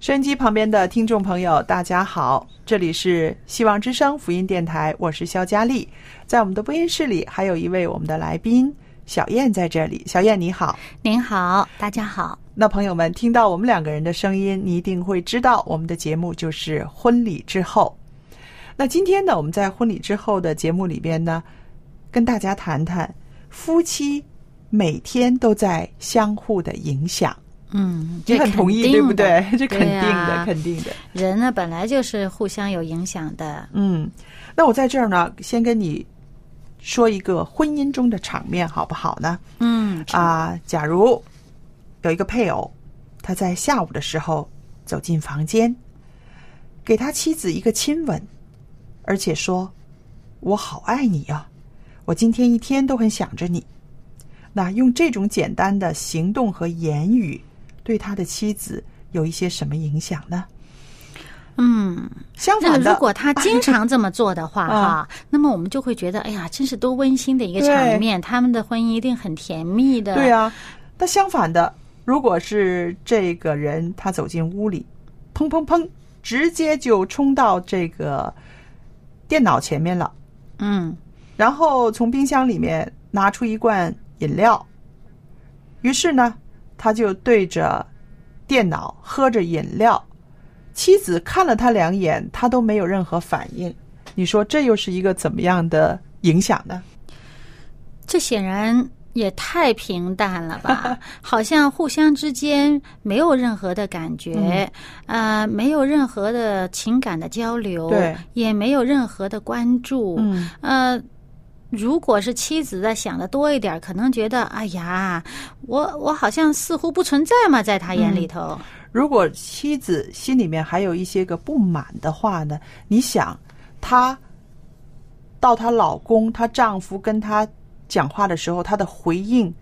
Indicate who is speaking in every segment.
Speaker 1: 收音机旁边的听众朋友，大家好，这里是希望之声福音电台，我是肖佳丽，在我们的播音室里还有一位我们的来宾小燕在这里，小燕你好。
Speaker 2: 您好，大家好。
Speaker 1: 那朋友们听到我们两个人的声音，你一定会知道我们的节目就是婚礼之后。那今天呢，我们在婚礼之后的节目里边呢，跟大家谈谈夫妻每天都在相互的影响。
Speaker 2: 嗯，
Speaker 1: 你
Speaker 2: 这
Speaker 1: 很同意
Speaker 2: 肯
Speaker 1: 对
Speaker 2: 定
Speaker 1: 不
Speaker 2: 的
Speaker 1: 对？ 这肯定
Speaker 2: 对
Speaker 1: 的，
Speaker 2: 啊
Speaker 1: 肯定的。
Speaker 2: 人呢本来就是互相有影响的。
Speaker 1: 嗯，那我在这儿呢，先跟你说一个婚姻中的场面，好不好呢？
Speaker 2: 嗯，
Speaker 1: 啊、假如有一个配偶，他在下午的时候走进房间，给他妻子一个亲吻，而且说：“我好爱你呀、我今天一天都很想着你。”那用这种简单的行动和言语，对他的妻子有一些什么影响呢？
Speaker 2: 嗯，
Speaker 1: 相
Speaker 2: 那
Speaker 1: 反的，
Speaker 2: 如果他经常这么做的话，哈
Speaker 1: 啊，
Speaker 2: 那么我们就会觉得，哎呀，真是多温馨的一个
Speaker 1: 对
Speaker 2: 场面，他们的婚姻一定很甜蜜的。
Speaker 1: 对啊，那相反的，如果是这个人他走进屋里，砰砰砰，直接就冲到这个电脑前面了，
Speaker 2: 嗯，
Speaker 1: 然后从冰箱里面拿出一罐饮料，于是呢，他就对着电脑喝着饮料，妻子看了他两眼，他都没有任何反应。你说这又是一个怎么样的影响呢？
Speaker 2: 这显然也太平淡了 吧？好像互相之间没有任何的感觉，呃，没有任何的情感的交流，
Speaker 1: 嗯对
Speaker 2: 也没有任何的关注，
Speaker 1: 嗯，
Speaker 2: 呃。如果是妻子在想的多一点儿，可能觉得哎呀，我我好像似乎不存在嘛，在他眼
Speaker 1: 嗯
Speaker 2: 里头，
Speaker 1: 如果妻子心里面还有一些个不满的话呢，你想，她到她老公、她丈夫跟她讲话的时候，她的回应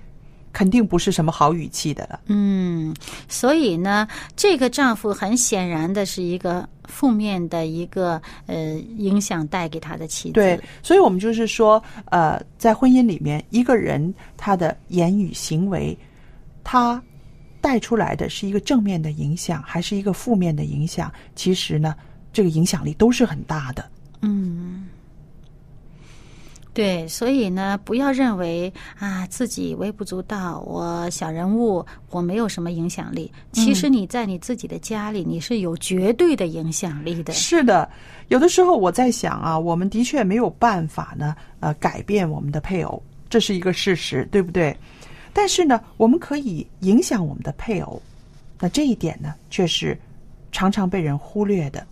Speaker 1: 肯定不是什么好语气的了。
Speaker 2: 嗯，所以呢，这个丈夫很显然的是一个负面的一个呃影响带给他的妻子，
Speaker 1: 对，所以我们就是说，呃，在婚姻里面，一个人他的言语行为，他带出来的是一个正面的影响，还是一个负面的影响？其实呢，这个影响力都是很大的。
Speaker 2: 嗯，对，所以呢，不要认为啊自己微不足道，我小人物，我没有什么影响力。其
Speaker 1: 嗯
Speaker 2: 实你在你自己的家里，你是有绝对的影响力的。
Speaker 1: 是的，有的时候我在想啊，我们的确没有办法呢，呃，改变我们的配偶，这是一个事实，对不对？但是呢，我们可以影响我们的配偶，那这一点呢，却是常常被人忽略的。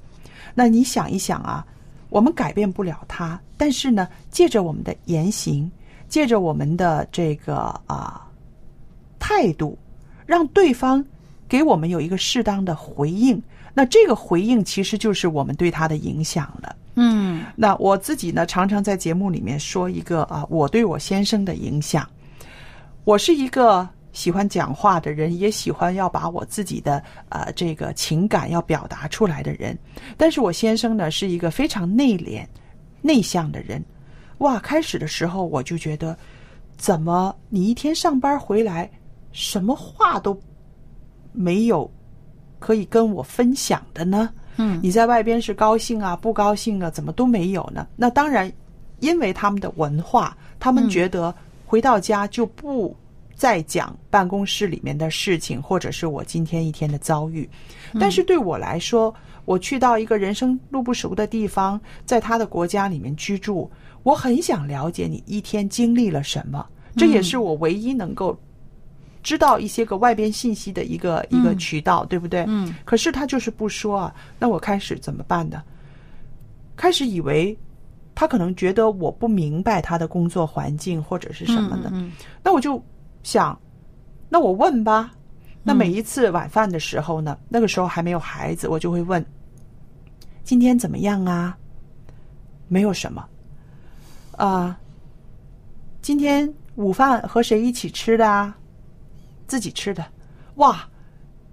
Speaker 1: 那你想一想啊，我们改变不了他，但是呢，借着我们的言行，借着我们的这个啊、态度，让对方给我们有一个适当的回应。那这个回应其实就是我们对他的影响了。
Speaker 2: 嗯
Speaker 1: 那我自己呢，常常在节目里面说一个啊，我对我先生的影响。我是一个喜欢讲话的人，也喜欢要把我自己的呃这个情感要表达出来的人。但是我先生呢，是一个非常内敛、内向的人。哇，开始的时候我就觉得，怎么你一天上班回来，什么话都没有可以跟我分享的呢？
Speaker 3: 嗯
Speaker 1: 你在外边是高兴啊，不高兴啊，怎么都没有呢？那当然，因为他们的文化，他们觉得回到家就不再讲办公室里面的事情，或者是我今天一天的遭遇。
Speaker 3: 嗯
Speaker 1: 但是对我来说，我去到一个人生路不熟的地方，在他的国家里面居住，我很想了解你一天经历了什么。
Speaker 3: 嗯
Speaker 1: 这也是我唯一能够知道一些个外边信息的一个、一个
Speaker 3: 嗯
Speaker 1: 渠道，对不对？
Speaker 3: 嗯
Speaker 1: 可是他就是不说啊，那我开始怎么办呢？开始以为他可能觉得我不明白他的工作环境或者是什么呢？
Speaker 3: 嗯
Speaker 1: 那我就想，那我问吧。
Speaker 3: 嗯
Speaker 1: 那每一次晚饭的时候呢，那个时候还没有孩子，我就会问：今天怎么样啊？没有什么。啊、今天午饭和谁一起吃的啊？自己吃的。哇，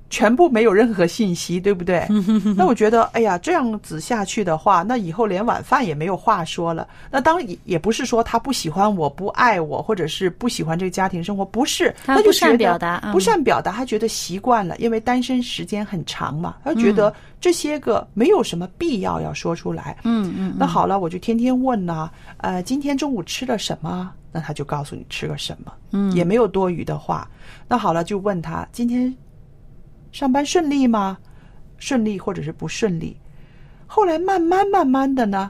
Speaker 1: 全部没有任何信息，对不对？ 那我觉得，哎呀，这样子下去的话，那以后连晚饭也没有话说了。那当然也也不是说他不喜欢我、不爱我，或者是不喜欢这个家庭生活，不是，
Speaker 3: 他
Speaker 1: 那就
Speaker 3: 不善
Speaker 1: 觉得
Speaker 3: 表达嗯
Speaker 1: 不善表达，他觉得习惯了，因为单身时间很长嘛，他觉得这些个没有什么必要要说出来。
Speaker 3: 嗯嗯
Speaker 1: 那好了，我就天天问呐、呃，今天中午吃了什么？那他就告诉你吃了什么，
Speaker 3: 嗯
Speaker 1: 也没有多余的话。那好了，就问他今天上班顺利吗？顺利或者是不顺利？后来慢慢慢慢的呢，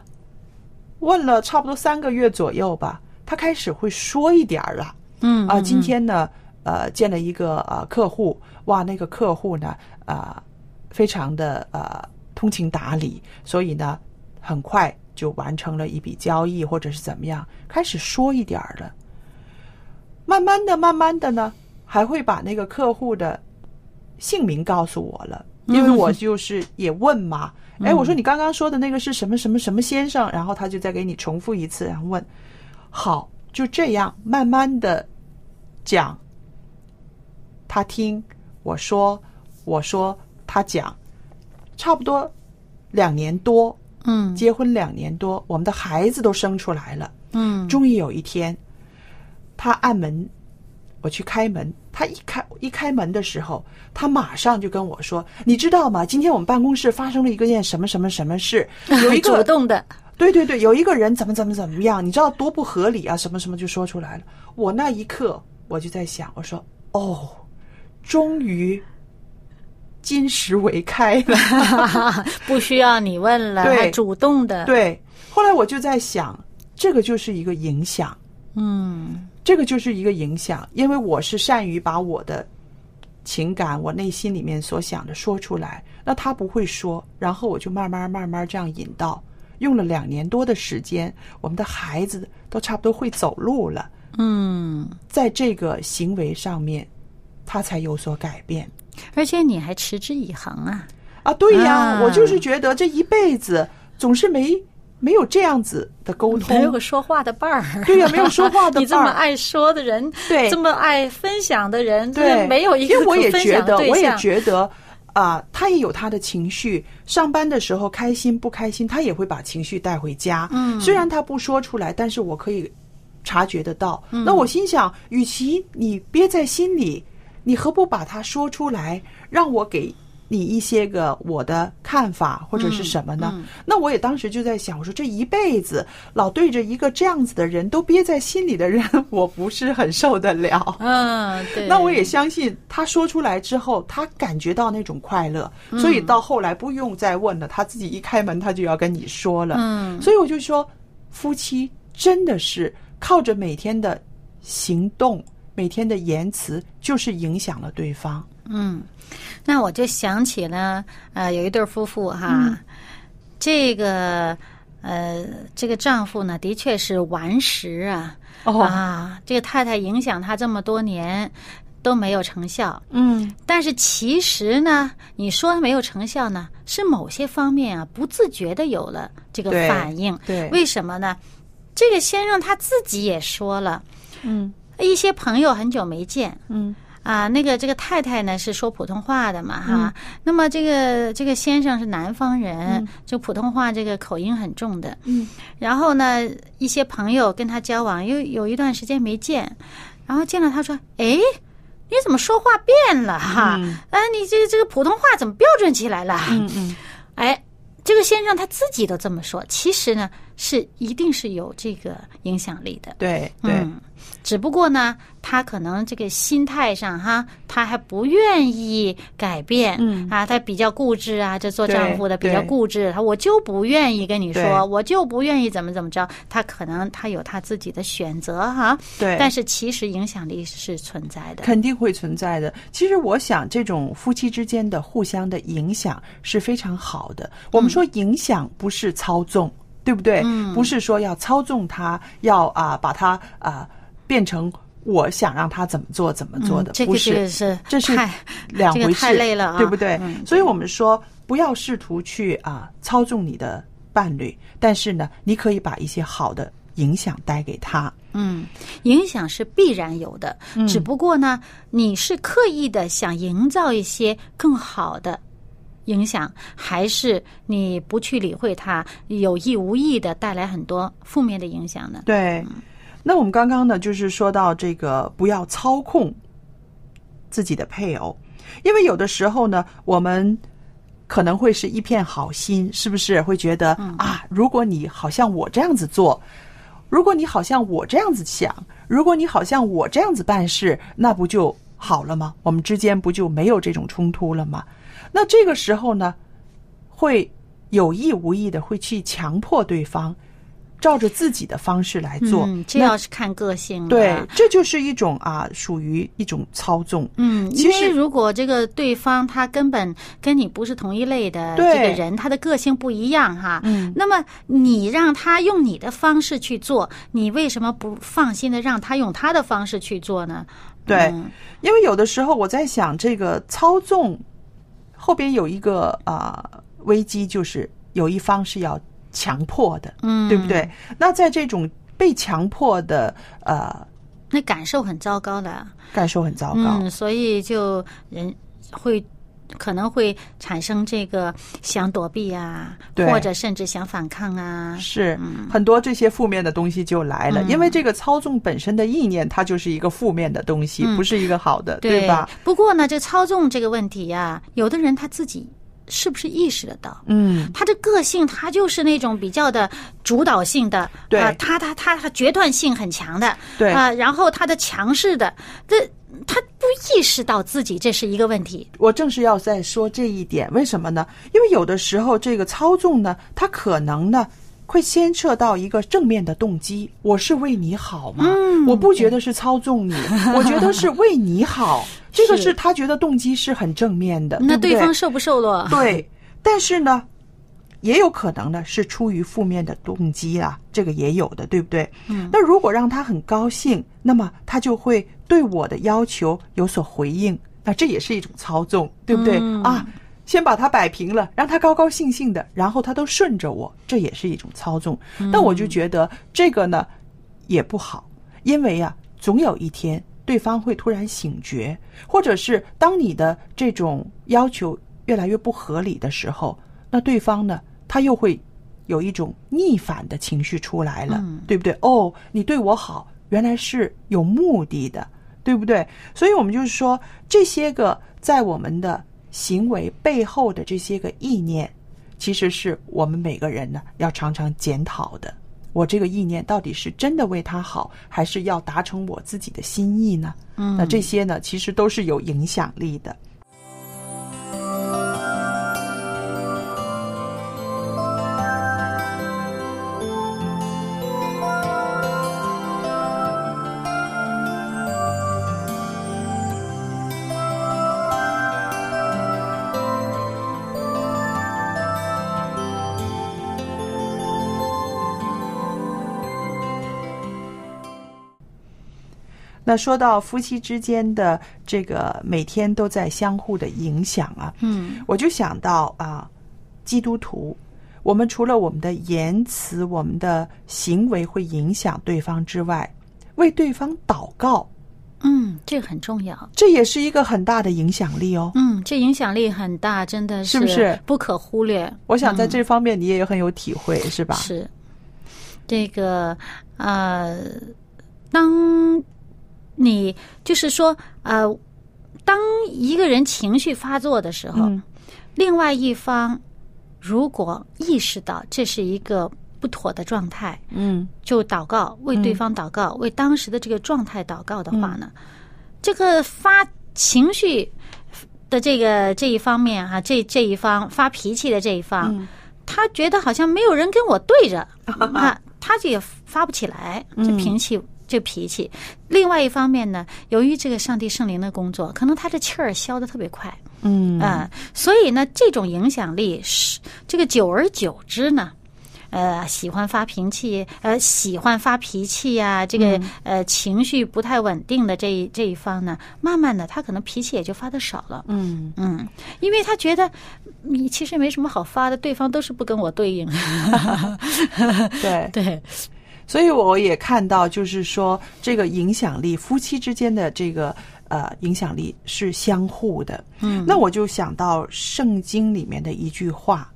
Speaker 1: 问了差不多三个月左右吧，他开始会说一点儿了。
Speaker 3: 嗯
Speaker 1: 啊、今天呢，呃，见了一个呃客户，哇，那个客户呢，啊，非常的呃通情达理，所以呢，很快就完成了一笔交易，或者是怎么样，开始说一点儿了。慢慢的，慢慢的呢，还会把那个客户的姓名告诉我了，因为
Speaker 3: 嗯
Speaker 1: 我就是也问嘛，哎，我说你刚刚说的那个是什么什么什么先生，然后他就再给你重复一次，然后问，好，就这样慢慢的讲，他听我说，我说他讲，差不多两年多，
Speaker 3: 嗯
Speaker 1: 结婚两年多，我们的孩子都生出来了。
Speaker 3: 嗯
Speaker 1: 终于有一天，他按门，我去开门。他一开一开门的时候，他马上就跟我说：“你知道吗？今天我们办公室发生了一个件什么什么什 么事，有一
Speaker 3: 主
Speaker 1: 个
Speaker 3: 动的，
Speaker 1: 对对对，有一个人怎么怎么怎么样，你知道多不合理啊，什么什么就说出来了。我那一刻我就在想，我说哦，终于金石为开了。
Speaker 3: 不需要你问了，
Speaker 1: 对
Speaker 3: 他主动的，，
Speaker 1: 对，后来我就在想，这个就是一个影响。
Speaker 3: 嗯
Speaker 1: 这个就是一个影响，因为我是善于把我的情感、我内心里面所想的说出来，那他不会说，然后我就慢慢慢慢这样引导，用了两年多的时间，我们的孩子都差不多会走路了，
Speaker 3: 嗯，
Speaker 1: 在这个行为上面，他才有所改变。
Speaker 3: 而且你还持之以恒啊，
Speaker 1: 啊，对呀，
Speaker 3: 啊
Speaker 1: 我就是觉得这一辈子总是没没有这样子的沟
Speaker 3: 没有
Speaker 1: 通
Speaker 3: 个，说话的伴儿。
Speaker 1: 对呀，没有 说话的
Speaker 3: 你这
Speaker 1: 伴
Speaker 3: 么
Speaker 1: 儿
Speaker 3: 爱说的人，
Speaker 1: 对
Speaker 3: 这么爱分享的人，真
Speaker 1: 对，
Speaker 3: 的没有一个
Speaker 1: 因为我也
Speaker 3: 可分
Speaker 1: 觉
Speaker 3: 享
Speaker 1: 得，
Speaker 3: 的对
Speaker 1: 我也
Speaker 3: 象。
Speaker 1: 觉得啊、他也有他的情绪，上班的时候开心不开心，他也会把情绪带回家。
Speaker 3: 嗯
Speaker 1: 虽然他不说出来，但是我可以察觉得到。
Speaker 3: 嗯
Speaker 1: 那我心想，与其你憋在心里，你何不把它说出来，让我给。你一些个我的看法或
Speaker 3: 嗯
Speaker 1: 者是什么呢？那我也当时就在想，我说这一辈子老对着一个这样子的人都憋在心里的人， 我不是很受得了。
Speaker 3: 嗯，对。
Speaker 1: 那我也相信他说出来之后，他感觉到那种快乐，
Speaker 3: 嗯
Speaker 1: 所以到后来不用再问了，他自己一开门他就要跟你说了。
Speaker 3: 嗯
Speaker 1: 所以我就说，夫妻真的是靠着每天的行动、每天的言辞，就是影响了对方。
Speaker 3: 嗯，那我就想起呢，呃，有一对夫妇哈，这个呃，这个丈夫呢，的确是顽石啊，
Speaker 1: 哦
Speaker 3: 啊，这个太太影响他这么多年都没有成效。
Speaker 1: 嗯，
Speaker 3: 但是其实呢，你说没有成效呢，是某些方面啊不自觉的有了这个
Speaker 1: 对
Speaker 3: 反应。
Speaker 1: 对
Speaker 3: 为什么呢？这个先生他自己也说了，
Speaker 1: 嗯
Speaker 3: 一些朋友很久没见，
Speaker 1: 嗯
Speaker 2: 啊，那个这个太太呢是说普通话的嘛哈，那么这个这个先生是南方人，就普通话这个口音很重的。
Speaker 3: 嗯，
Speaker 2: 然后呢，一些朋友跟他交往，又有一段时间没见，然后见了他说：“哎，你怎么说话变了哈？哎，你这这个普通话怎么标准起来了？”嗯嗯，哎。这个先生他自己都这么说，其实呢是一定是有这个影响力的。
Speaker 1: 对对、
Speaker 2: 嗯，只不过呢，他可能这个心态上哈，他还不愿意改变，
Speaker 1: 嗯
Speaker 2: 啊，他比较固执啊，这做丈夫的比
Speaker 1: 对
Speaker 2: 较固执，他我就不愿意跟你
Speaker 1: 对
Speaker 2: 说，我就不愿意怎么怎么着，他可能他有他自己的选择哈，
Speaker 1: 对。
Speaker 2: 但是其实影响力是存在的，
Speaker 1: 肯定会存在的。其实我想，这种夫妻之间的互相的影响是非常好的。我们说影响不是操纵，对不对？
Speaker 2: 嗯
Speaker 1: 不是说要操纵他，要啊、把他啊、变成我想让他怎么做怎么做的，
Speaker 2: 嗯这
Speaker 1: 不
Speaker 2: 个
Speaker 1: 是。
Speaker 2: 这个是
Speaker 1: 这是
Speaker 2: 太
Speaker 1: 两
Speaker 2: 这个
Speaker 1: 回事，
Speaker 2: 太累了啊，
Speaker 1: 对不对？
Speaker 2: 嗯
Speaker 1: 所以我们说，不要试图去啊操纵你的伴侣，但是呢，你可以把一些好的影响带给他。
Speaker 2: 嗯，影响是必然有的，
Speaker 1: 嗯
Speaker 2: 只不过呢，你是刻意的想营造一些更好的影响，还是你不去理会它，有意无意的带来很多负面的影响呢？
Speaker 1: 对，那我们刚刚呢，就是说到这个不要操控自己的配偶，因为有的时候呢，我们可能会是一片好心，是不是会觉得、啊，如果你好像我这样子做，如果你好像我这样子想，如果你好像我这样子办事，那不就好了吗？我们之间不就没有这种冲突了吗？那这个时候呢，会有意无意的会去强迫对方照着自己的方式来做，
Speaker 2: 嗯，这要是看个性了。
Speaker 1: 对，这就是一种啊，属于一种操纵。
Speaker 2: 嗯，
Speaker 1: 其
Speaker 2: 因
Speaker 1: 实
Speaker 2: 为如果这个对方他根本跟你不是同一类的这
Speaker 1: 对嗯
Speaker 2: 个人，他的个性不一样哈，那么你让他用你的方式去做，你为什么不放心的让他用他的方式去做呢？
Speaker 1: 对
Speaker 2: 嗯
Speaker 1: 因为有的时候我在想，这个操纵后边有一个啊、危机，就是有一方是要强迫的，
Speaker 2: 嗯，
Speaker 1: 对不？对？那在这种被强迫的呃
Speaker 2: 那感受很糟糕的，
Speaker 1: 感受很糟糕，
Speaker 2: 嗯，所以就人会。可能会产生这个想躲避啊，
Speaker 1: 对
Speaker 2: 或者甚至想反抗啊，
Speaker 1: 是很多这些负面的东西就来了，
Speaker 2: 嗯
Speaker 1: 因为这个操纵本身的意念，它就是一个负面的东西，
Speaker 2: 嗯
Speaker 1: 不是一个好的，
Speaker 2: 对嗯
Speaker 1: 吧？？
Speaker 2: 不过呢，这操纵这个问题呀、有的人他自己是不是意识得到？
Speaker 1: 嗯，
Speaker 2: 他这个性，他就是那种比较的主导性的，
Speaker 1: 对
Speaker 2: 啊他他他他决断性很强的，
Speaker 1: 对
Speaker 2: 啊、然后他的强势的，这他不意识到自己这是一个问题，
Speaker 1: 我正是要在说这一点，为什么呢？因为有的时候这个操纵呢，它可能呢会牵涉到一个正面的动机，我是为你好嘛，
Speaker 2: 嗯
Speaker 1: 我不觉得是操纵你，我觉得是为你好， 这个
Speaker 2: 是
Speaker 1: 是他觉得动机是很正面的，
Speaker 2: 那
Speaker 1: 对不对
Speaker 2: 方受不受落？
Speaker 1: 对，但是呢，也有可能呢是出于负面的动机啊，这个也有的，对不对？嗯。那如果让他很高兴，那么他就会对我的要求有所回应，那这也是一种操纵，对不对？
Speaker 2: 嗯
Speaker 1: 啊，先把他摆平了，让他高高兴兴的，然后他都顺着我，这也是一种操纵。但我就觉得这个呢也不好，因为呀、总有一天对方会突然醒觉，或者是当你的这种要求越来越不合理的时候，那对方呢他又会有一种逆反的情绪出来了，
Speaker 2: 嗯
Speaker 1: 对不对？哦，你对我好，原来是有目的的，对不对？所以我们就是说，这些个在我们的行为背后的这些个意念，其实是我们每个人呢要常常检讨的。我这个意念到底是真的为他好，还是要达成我自己的心意呢？
Speaker 2: 嗯
Speaker 1: 那这些呢，其实都是有影响力的。那说到夫妻之间的这个每天都在相互的影响啊，
Speaker 2: 嗯
Speaker 1: 我就想到啊，基督徒，我们除了我们的言辞、我们的行为会影响对方之外，为对方祷告
Speaker 2: 嗯，这个很重要。
Speaker 1: 这也是一个很大的影响力哦。
Speaker 2: 嗯，这影响力很大，真的
Speaker 1: 是不是
Speaker 2: 不可忽略？
Speaker 1: 我想在这方面你也很有体会，是吧？
Speaker 2: 是这个呃，当你就是说呃，当一个人情绪发作的时候，
Speaker 1: 嗯
Speaker 2: 另外一方如果意识到这是一个不妥的状态，
Speaker 1: 嗯
Speaker 2: 就祷告，为对方祷告，为当时的这个状态祷告的话呢，这个发情绪的这个这一方面哈、这这一方发脾气的这一方，他觉得好像没有人跟我对着啊，他就也发不起来，这脾气。这脾气，另外一方面呢，由于这个上帝圣灵的工作，可能他的气儿消的特别快，
Speaker 1: 嗯
Speaker 2: 嗯，所以呢，这种影响力是这个久而久之呢，呃，喜欢发脾气，呃，喜欢发脾气呀、这个
Speaker 1: 嗯
Speaker 2: 呃情绪不太稳定的这一这一方呢，慢慢的他可能脾气也就发的少了，
Speaker 1: 嗯，
Speaker 2: 嗯，因为他觉得你其实没什么好发的，对方都是不跟我对应，
Speaker 1: 对。
Speaker 2: 对，
Speaker 1: 所以我也看到，就是说这个影响力，夫妻之间的这个呃影响力是相互的。嗯，那我就想到圣经里面的一句话，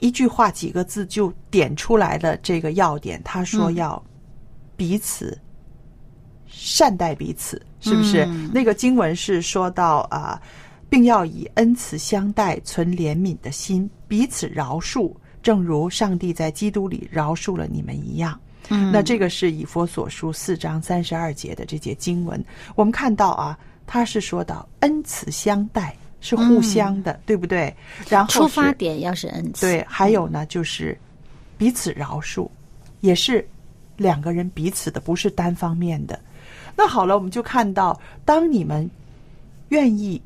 Speaker 1: 一句话几个字就点出来了这个要点。他说要彼此善待彼此，是不是？那个经文是说到啊、并要以恩慈相待，存怜悯的心，彼此饶恕，正如上帝在基督里饶恕了你们一样。
Speaker 2: 嗯
Speaker 1: 那这个是以佛所书四章三十二节的这节经文，我们看到啊，它是说到恩慈相待是互相的，对不对？然后
Speaker 2: 嗯出
Speaker 1: 是
Speaker 2: 发点要是恩赐，
Speaker 1: 对，还有呢，就是彼此饶恕，也是两个人彼此的，不是单方面的。那好了，我们就看到，当你们愿意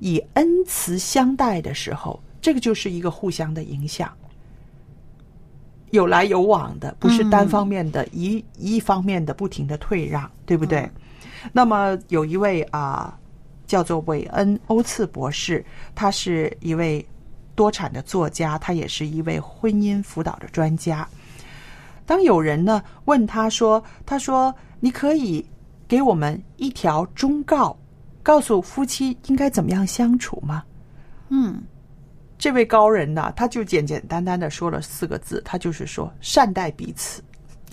Speaker 1: 以恩慈相待的时候，这个就是一个互相的影响，有来有往的，不是单方面的，一一方面的不停的退让，对不对？那么有一位啊、叫做韦恩·欧茨博士，他是一位多产的作家，他也是一位婚姻辅导的专家。当有人呢问他说：“他说你可以给我们一条忠告，告诉夫妻应该怎么样相处吗
Speaker 2: 嗯？”
Speaker 1: 这位高人呢，他就简简单单的说了四个字，他就是说善待彼此。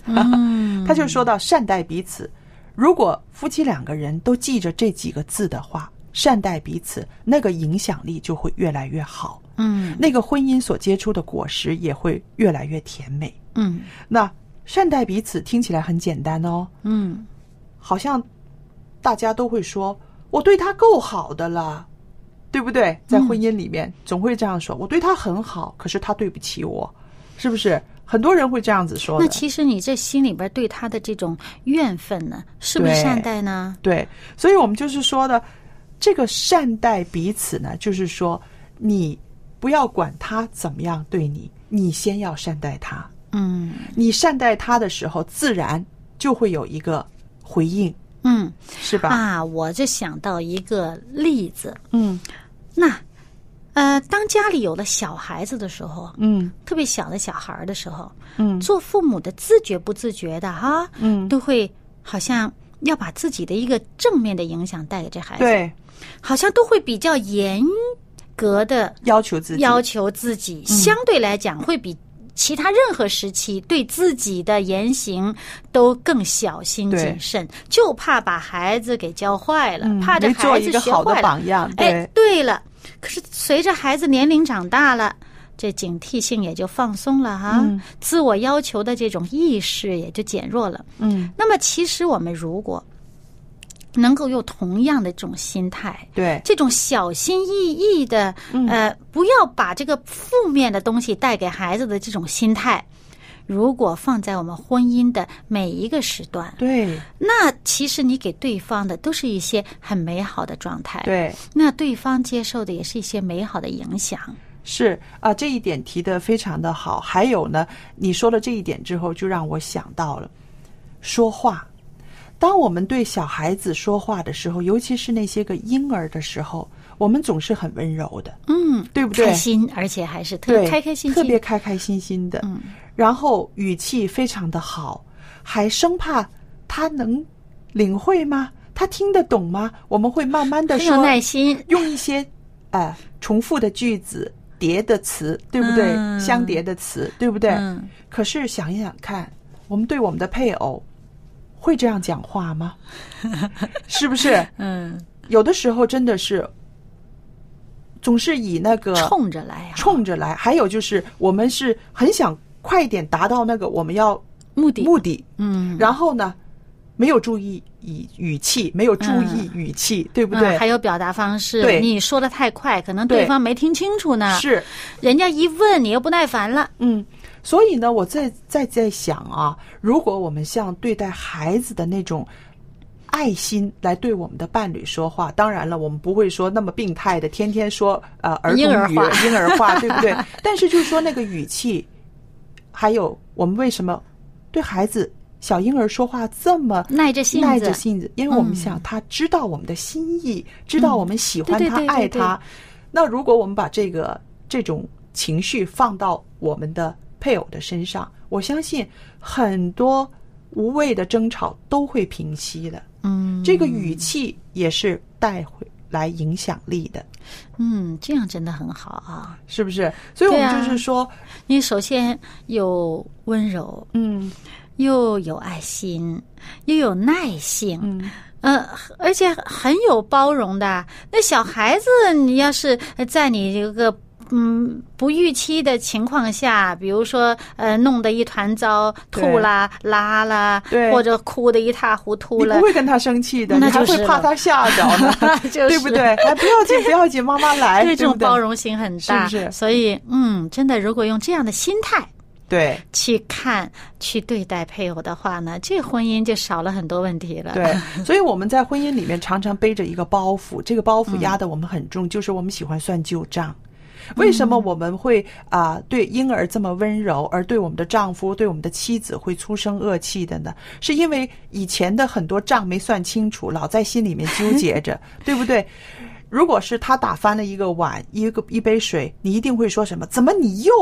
Speaker 2: 嗯
Speaker 1: 他就说到善待彼此。如果夫妻两个人都记着这几个字的话，善待彼此，那个影响力就会越来越好，
Speaker 2: 嗯
Speaker 1: 那个婚姻所结出的果实也会越来越甜美。
Speaker 2: 嗯
Speaker 1: 那善待彼此听起来很简单哦，
Speaker 2: 嗯
Speaker 1: 好像大家都会说我对他够好的了，对不对？在
Speaker 2: 嗯
Speaker 1: 婚姻里面、总会这样说，我对他很好，可是他对不起我，是不是？很多人会这样子说的。
Speaker 2: 那其实你这心里边对他的这种怨愤呢，是不是
Speaker 1: 对
Speaker 2: 善待呢？
Speaker 1: 对，所以我们就是说的，这个善待彼此呢，就是说你不要管他怎么样对你，你先要善待他。
Speaker 2: 嗯
Speaker 1: 你善待他的时候，自然就会有一个回应，
Speaker 2: 嗯
Speaker 1: 是吧？
Speaker 2: 啊，我就想到一个例子，
Speaker 1: 嗯
Speaker 2: 那呃，当家里有了小孩子的时候，
Speaker 1: 嗯
Speaker 2: 特别小的小孩儿的时候，
Speaker 1: 嗯
Speaker 2: 做父母的自觉不自觉的哈、
Speaker 1: 嗯，
Speaker 2: 都会好像要把自己的一个正面的影响带给这孩子，
Speaker 1: 对，
Speaker 2: 好像都会比较严格的
Speaker 1: 要求自己，嗯
Speaker 2: 要求自己，相对来讲会比其他任何时期对自己的言行都更小心
Speaker 1: 对
Speaker 2: 谨慎，就怕把孩子给教坏了，
Speaker 1: 嗯
Speaker 2: 怕这
Speaker 1: 没做
Speaker 2: 孩
Speaker 1: 一
Speaker 2: 子
Speaker 1: 个
Speaker 2: 学
Speaker 1: 好的
Speaker 2: 坏了。
Speaker 1: 榜样，
Speaker 2: 哎
Speaker 1: 对，，
Speaker 2: 对了，可是随着孩子年龄长大了。这警惕性也就放松了哈、
Speaker 1: 嗯
Speaker 2: 自我要求的这种意识也就减弱了。
Speaker 1: 嗯，
Speaker 2: 那么，其实我们如果能够用同样的这种心态，
Speaker 1: 对，
Speaker 2: 这种小心翼翼的，
Speaker 1: 嗯
Speaker 2: 呃，不要把这个负面的东西带给孩子的这种心态，如果放在我们婚姻的每一个时段，
Speaker 1: 对，
Speaker 2: 那其实你给对方的都是一些很美好的状态，，
Speaker 1: 对。
Speaker 2: 那对方接受的也是一些美好的影响，
Speaker 1: 是啊，这一点提的非常的好。还有呢，你说了这一点之后，就让我想到了说话。当我们对小孩子说话的时候，尤其是那些个婴儿的时候，我们总是很温柔的，
Speaker 2: 嗯，
Speaker 1: 对不对
Speaker 2: 开？心，而且还是特
Speaker 1: 对，
Speaker 2: 开开心心，嗯
Speaker 1: 特别开开心心的。然后语气非常的好，还生怕他能领会吗？他听得懂吗？我们会慢慢的
Speaker 2: 很有
Speaker 1: 说，
Speaker 2: 耐心，
Speaker 1: 用一些呃重复的句子、叠的词，对不对？
Speaker 2: 嗯
Speaker 1: 相叠的词，对不对？
Speaker 2: 嗯
Speaker 1: 可是想一想看，我们对我们的配偶会这样讲 话吗？是不是？
Speaker 2: 嗯，
Speaker 1: 有的时候真的是总是以那个
Speaker 2: 冲着来啊，
Speaker 1: 冲着来，还有就是我们是很想快点达到那个我们要
Speaker 2: 目的，
Speaker 1: 目的，
Speaker 2: 嗯，
Speaker 1: 然后呢，没有注意语语气，没有注意语气，对不对？
Speaker 2: 嗯嗯还有表达方式，
Speaker 1: 对
Speaker 2: 你说的太快，可能对
Speaker 1: 对
Speaker 2: 方没听清楚呢。，
Speaker 1: 是，
Speaker 2: 人家一问你又不耐烦了。
Speaker 1: 嗯，所以呢，我在在在想啊，如果我们像对待孩子的那种爱心来对我们的伴侣说话，当然了，我们不会说那么病态的，天天说呃儿童语
Speaker 2: 婴儿话
Speaker 1: 婴儿话，对不 对？但是就是说那个语气，还有我们为什么对孩子小婴儿说话这么
Speaker 2: 耐着性子嗯
Speaker 1: 耐着性子，因为我们想他知道我们的心意，知道我们喜欢
Speaker 2: 对对
Speaker 1: 他、
Speaker 2: 对对
Speaker 1: 爱
Speaker 2: 对
Speaker 1: 他。那如果我们把这个这种情绪放到我们的配偶的身上，我相信很多无谓的争吵都会平息的。
Speaker 2: 嗯，
Speaker 1: 这个语气也是带回来影响力的，
Speaker 2: 嗯，这样真的很好啊。
Speaker 1: 是不是？所以我
Speaker 2: 对
Speaker 1: 们
Speaker 2: 啊
Speaker 1: 就是说，
Speaker 2: 你首先有温柔，
Speaker 1: 嗯
Speaker 2: 又有爱心，又有耐性，
Speaker 1: 嗯，
Speaker 2: 嗯，而且很有包容的。那小孩子，你要是在你这个嗯不预期的情况下，比如说呃弄得一团糟，吐
Speaker 1: 对
Speaker 2: 啦、拉啦，
Speaker 1: 对
Speaker 2: 或者哭得一塌糊涂
Speaker 1: 你
Speaker 2: 了
Speaker 1: 不，会跟他生气的，
Speaker 2: 那
Speaker 1: 你还
Speaker 2: 就是
Speaker 1: 会怕
Speaker 2: 了
Speaker 1: 他吓着呢，
Speaker 2: 就是
Speaker 1: 对不对？还不要紧，不要紧，妈妈 来，
Speaker 2: 对这种
Speaker 1: 不对
Speaker 2: 包，容性很大，
Speaker 1: 哎是不是
Speaker 2: 所以嗯，真的，如果用这样的心态。
Speaker 1: 对。
Speaker 2: 去看、去对待配偶的话呢，这婚姻就少了很多问题了。，
Speaker 1: 对，所以我们在婚姻里面常常背着一个包袱，这个包袱压得我们很重，就是我们喜欢算旧账。为什么我们会啊、对婴儿这么温柔，而对我们的丈夫、对我们的妻子会粗声恶气的呢？是因为以前的很多账没算清楚，老在心里面纠结着，对不对？如果是他打翻了一个碗、一个一杯水，你一定会说什么？怎么你又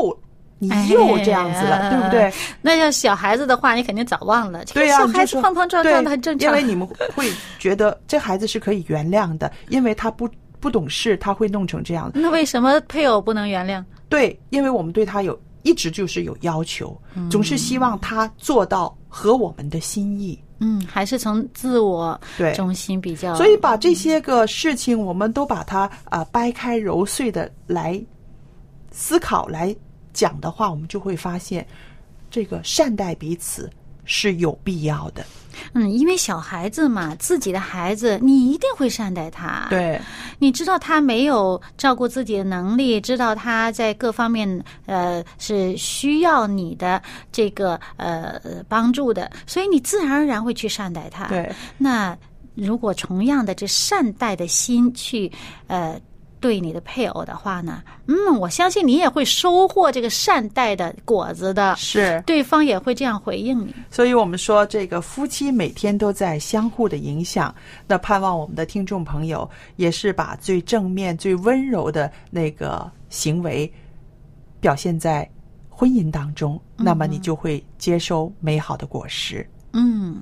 Speaker 1: 你又这样子了，
Speaker 2: 哎
Speaker 1: 对不对？
Speaker 2: 那要小孩子的话，你肯定早忘了。
Speaker 1: 对呀、
Speaker 2: 呀、
Speaker 1: 啊，
Speaker 2: 小
Speaker 1: 你就
Speaker 2: 孩子
Speaker 1: 说
Speaker 2: 碰碰撞
Speaker 1: 对
Speaker 2: 撞的很正常。
Speaker 1: 因为你们会觉得这孩子是可以原 谅的，因为他不不懂事，他会弄成这样。
Speaker 2: 那为什么配偶不能原谅？
Speaker 1: 对，因为我们对他有一直就是有要求，
Speaker 2: 嗯
Speaker 1: 总是希望他做到合我们的心意。
Speaker 2: 嗯，还是从自我
Speaker 1: 对
Speaker 2: 中心比较。
Speaker 1: 所以把这些个事情，我们都把它啊、呃掰开揉碎的来思考来讲的话，我们就会发现，这个善待彼此是有必要的。
Speaker 2: 嗯，因为小孩子嘛，自己的孩子，你一定会善待他。。
Speaker 1: 对，
Speaker 2: 你知道他没有照顾自己的能力，知道他在各方面呃是需要你的这个呃呃帮助的，所以你自然而然会去善待他。
Speaker 1: 对，
Speaker 2: 那如果同样的这善待的心去呃对你的配偶的话呢，嗯，我相信你也会收获这个善待的果子的，
Speaker 1: 是。
Speaker 2: 对方也会这样回应你。
Speaker 1: 所以我们说，这个夫妻每天都在相互的影响。那盼望我们的听众朋友也是把最正面、最温柔的那个行为表现在婚姻当中，那么你就会接收美好的果实。
Speaker 2: 嗯。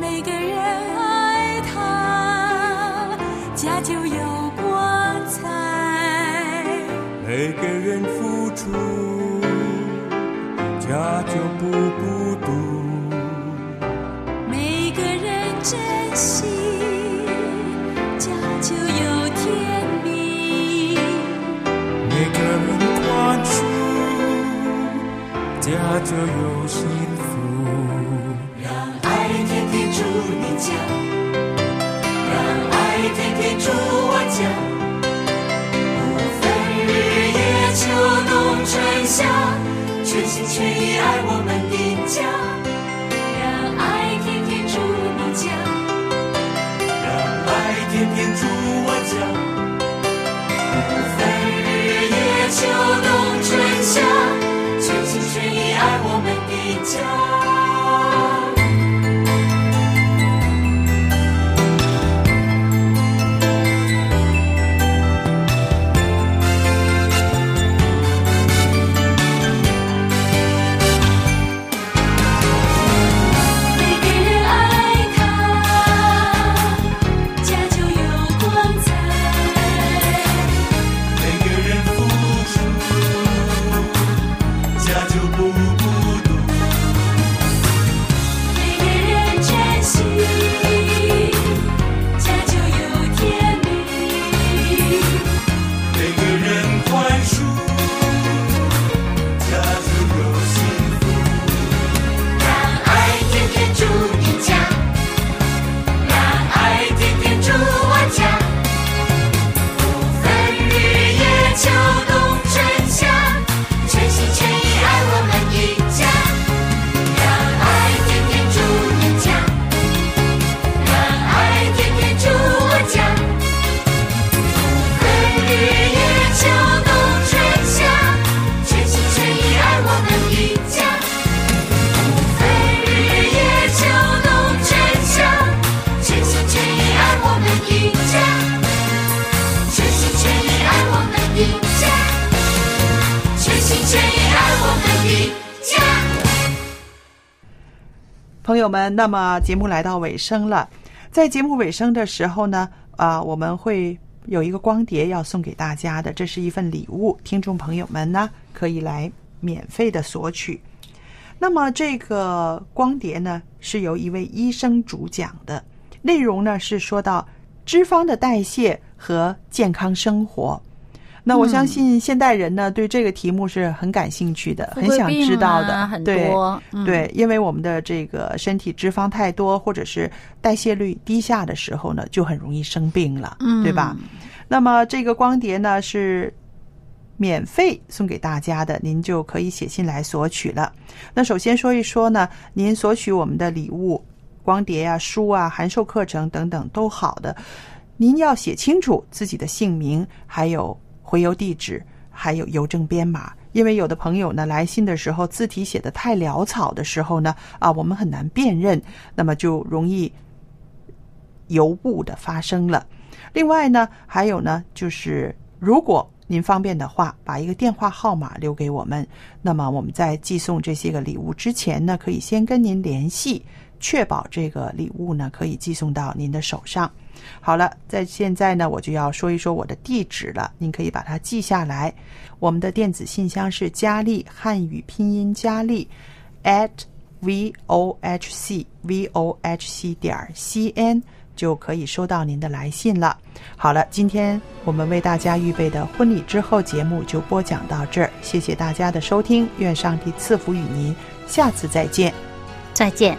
Speaker 4: 每个人爱他，家就有光彩。
Speaker 5: 每个人付出，家就不孤独。
Speaker 4: 每个人珍惜，家就有甜蜜。
Speaker 5: 每个人关注，家就有幸福。
Speaker 6: 爱天天住你家，让爱天天住我家，不分日夜秋冬春夏，全心全意爱我们的家，
Speaker 4: 让爱天天住你家，
Speaker 6: 让爱天天住我家，不分日夜秋冬春夏，全心全意爱我们的家。
Speaker 1: 朋友们，那么节目来到尾声了，在节目尾声的时候呢，啊、我们会有一个光碟要送给大家的，这是一份礼物，听众朋友们呢可以来免费的索取。那么这个光碟呢，是由一位医生主讲的，内容呢是说到脂肪的代谢和健康生活。那我相信现代人呢，对这个题目是很感兴趣的，
Speaker 2: 富
Speaker 1: 很
Speaker 2: 贵
Speaker 1: 想
Speaker 2: 病
Speaker 1: 知道的，
Speaker 2: 啊很
Speaker 1: 对
Speaker 2: 多，嗯
Speaker 1: 对，因为我们的这个身体脂肪太多，或者是代谢率低下的时候呢，就很容易生病了，
Speaker 2: 嗯
Speaker 1: 对吧？那么这个光碟呢是免费送给大家的，您就可以写信来索取了。那首先说一说呢，您索取我们的礼物、光碟啊、书啊、函授课程等等都好的，您要写清楚自己的姓名，还有回邮地址，还有邮政编码。因为有的朋友呢，来信的时候字体写的太潦草的时候呢，啊，我们很难辨认，那么就容易邮误的发生了。另外呢，还有呢，就是如果您方便的话，把一个电话号码留给我们，那么我们在寄送这些个礼物之前呢，可以先跟您联系，确保这个礼物呢可以寄送到您的手上。好了，在现在呢，我就要说一说我的地址了，您可以把它记下来。我们的电子信箱是佳丽汉语拼音佳丽 at v o h c v o h c 点 c n 就可以收到您的来信了。好了，今天我们为大家预备的婚礼之后节目就播讲到这儿，谢谢大家的收听，愿上帝赐福与您，下次再见。
Speaker 3: 再见。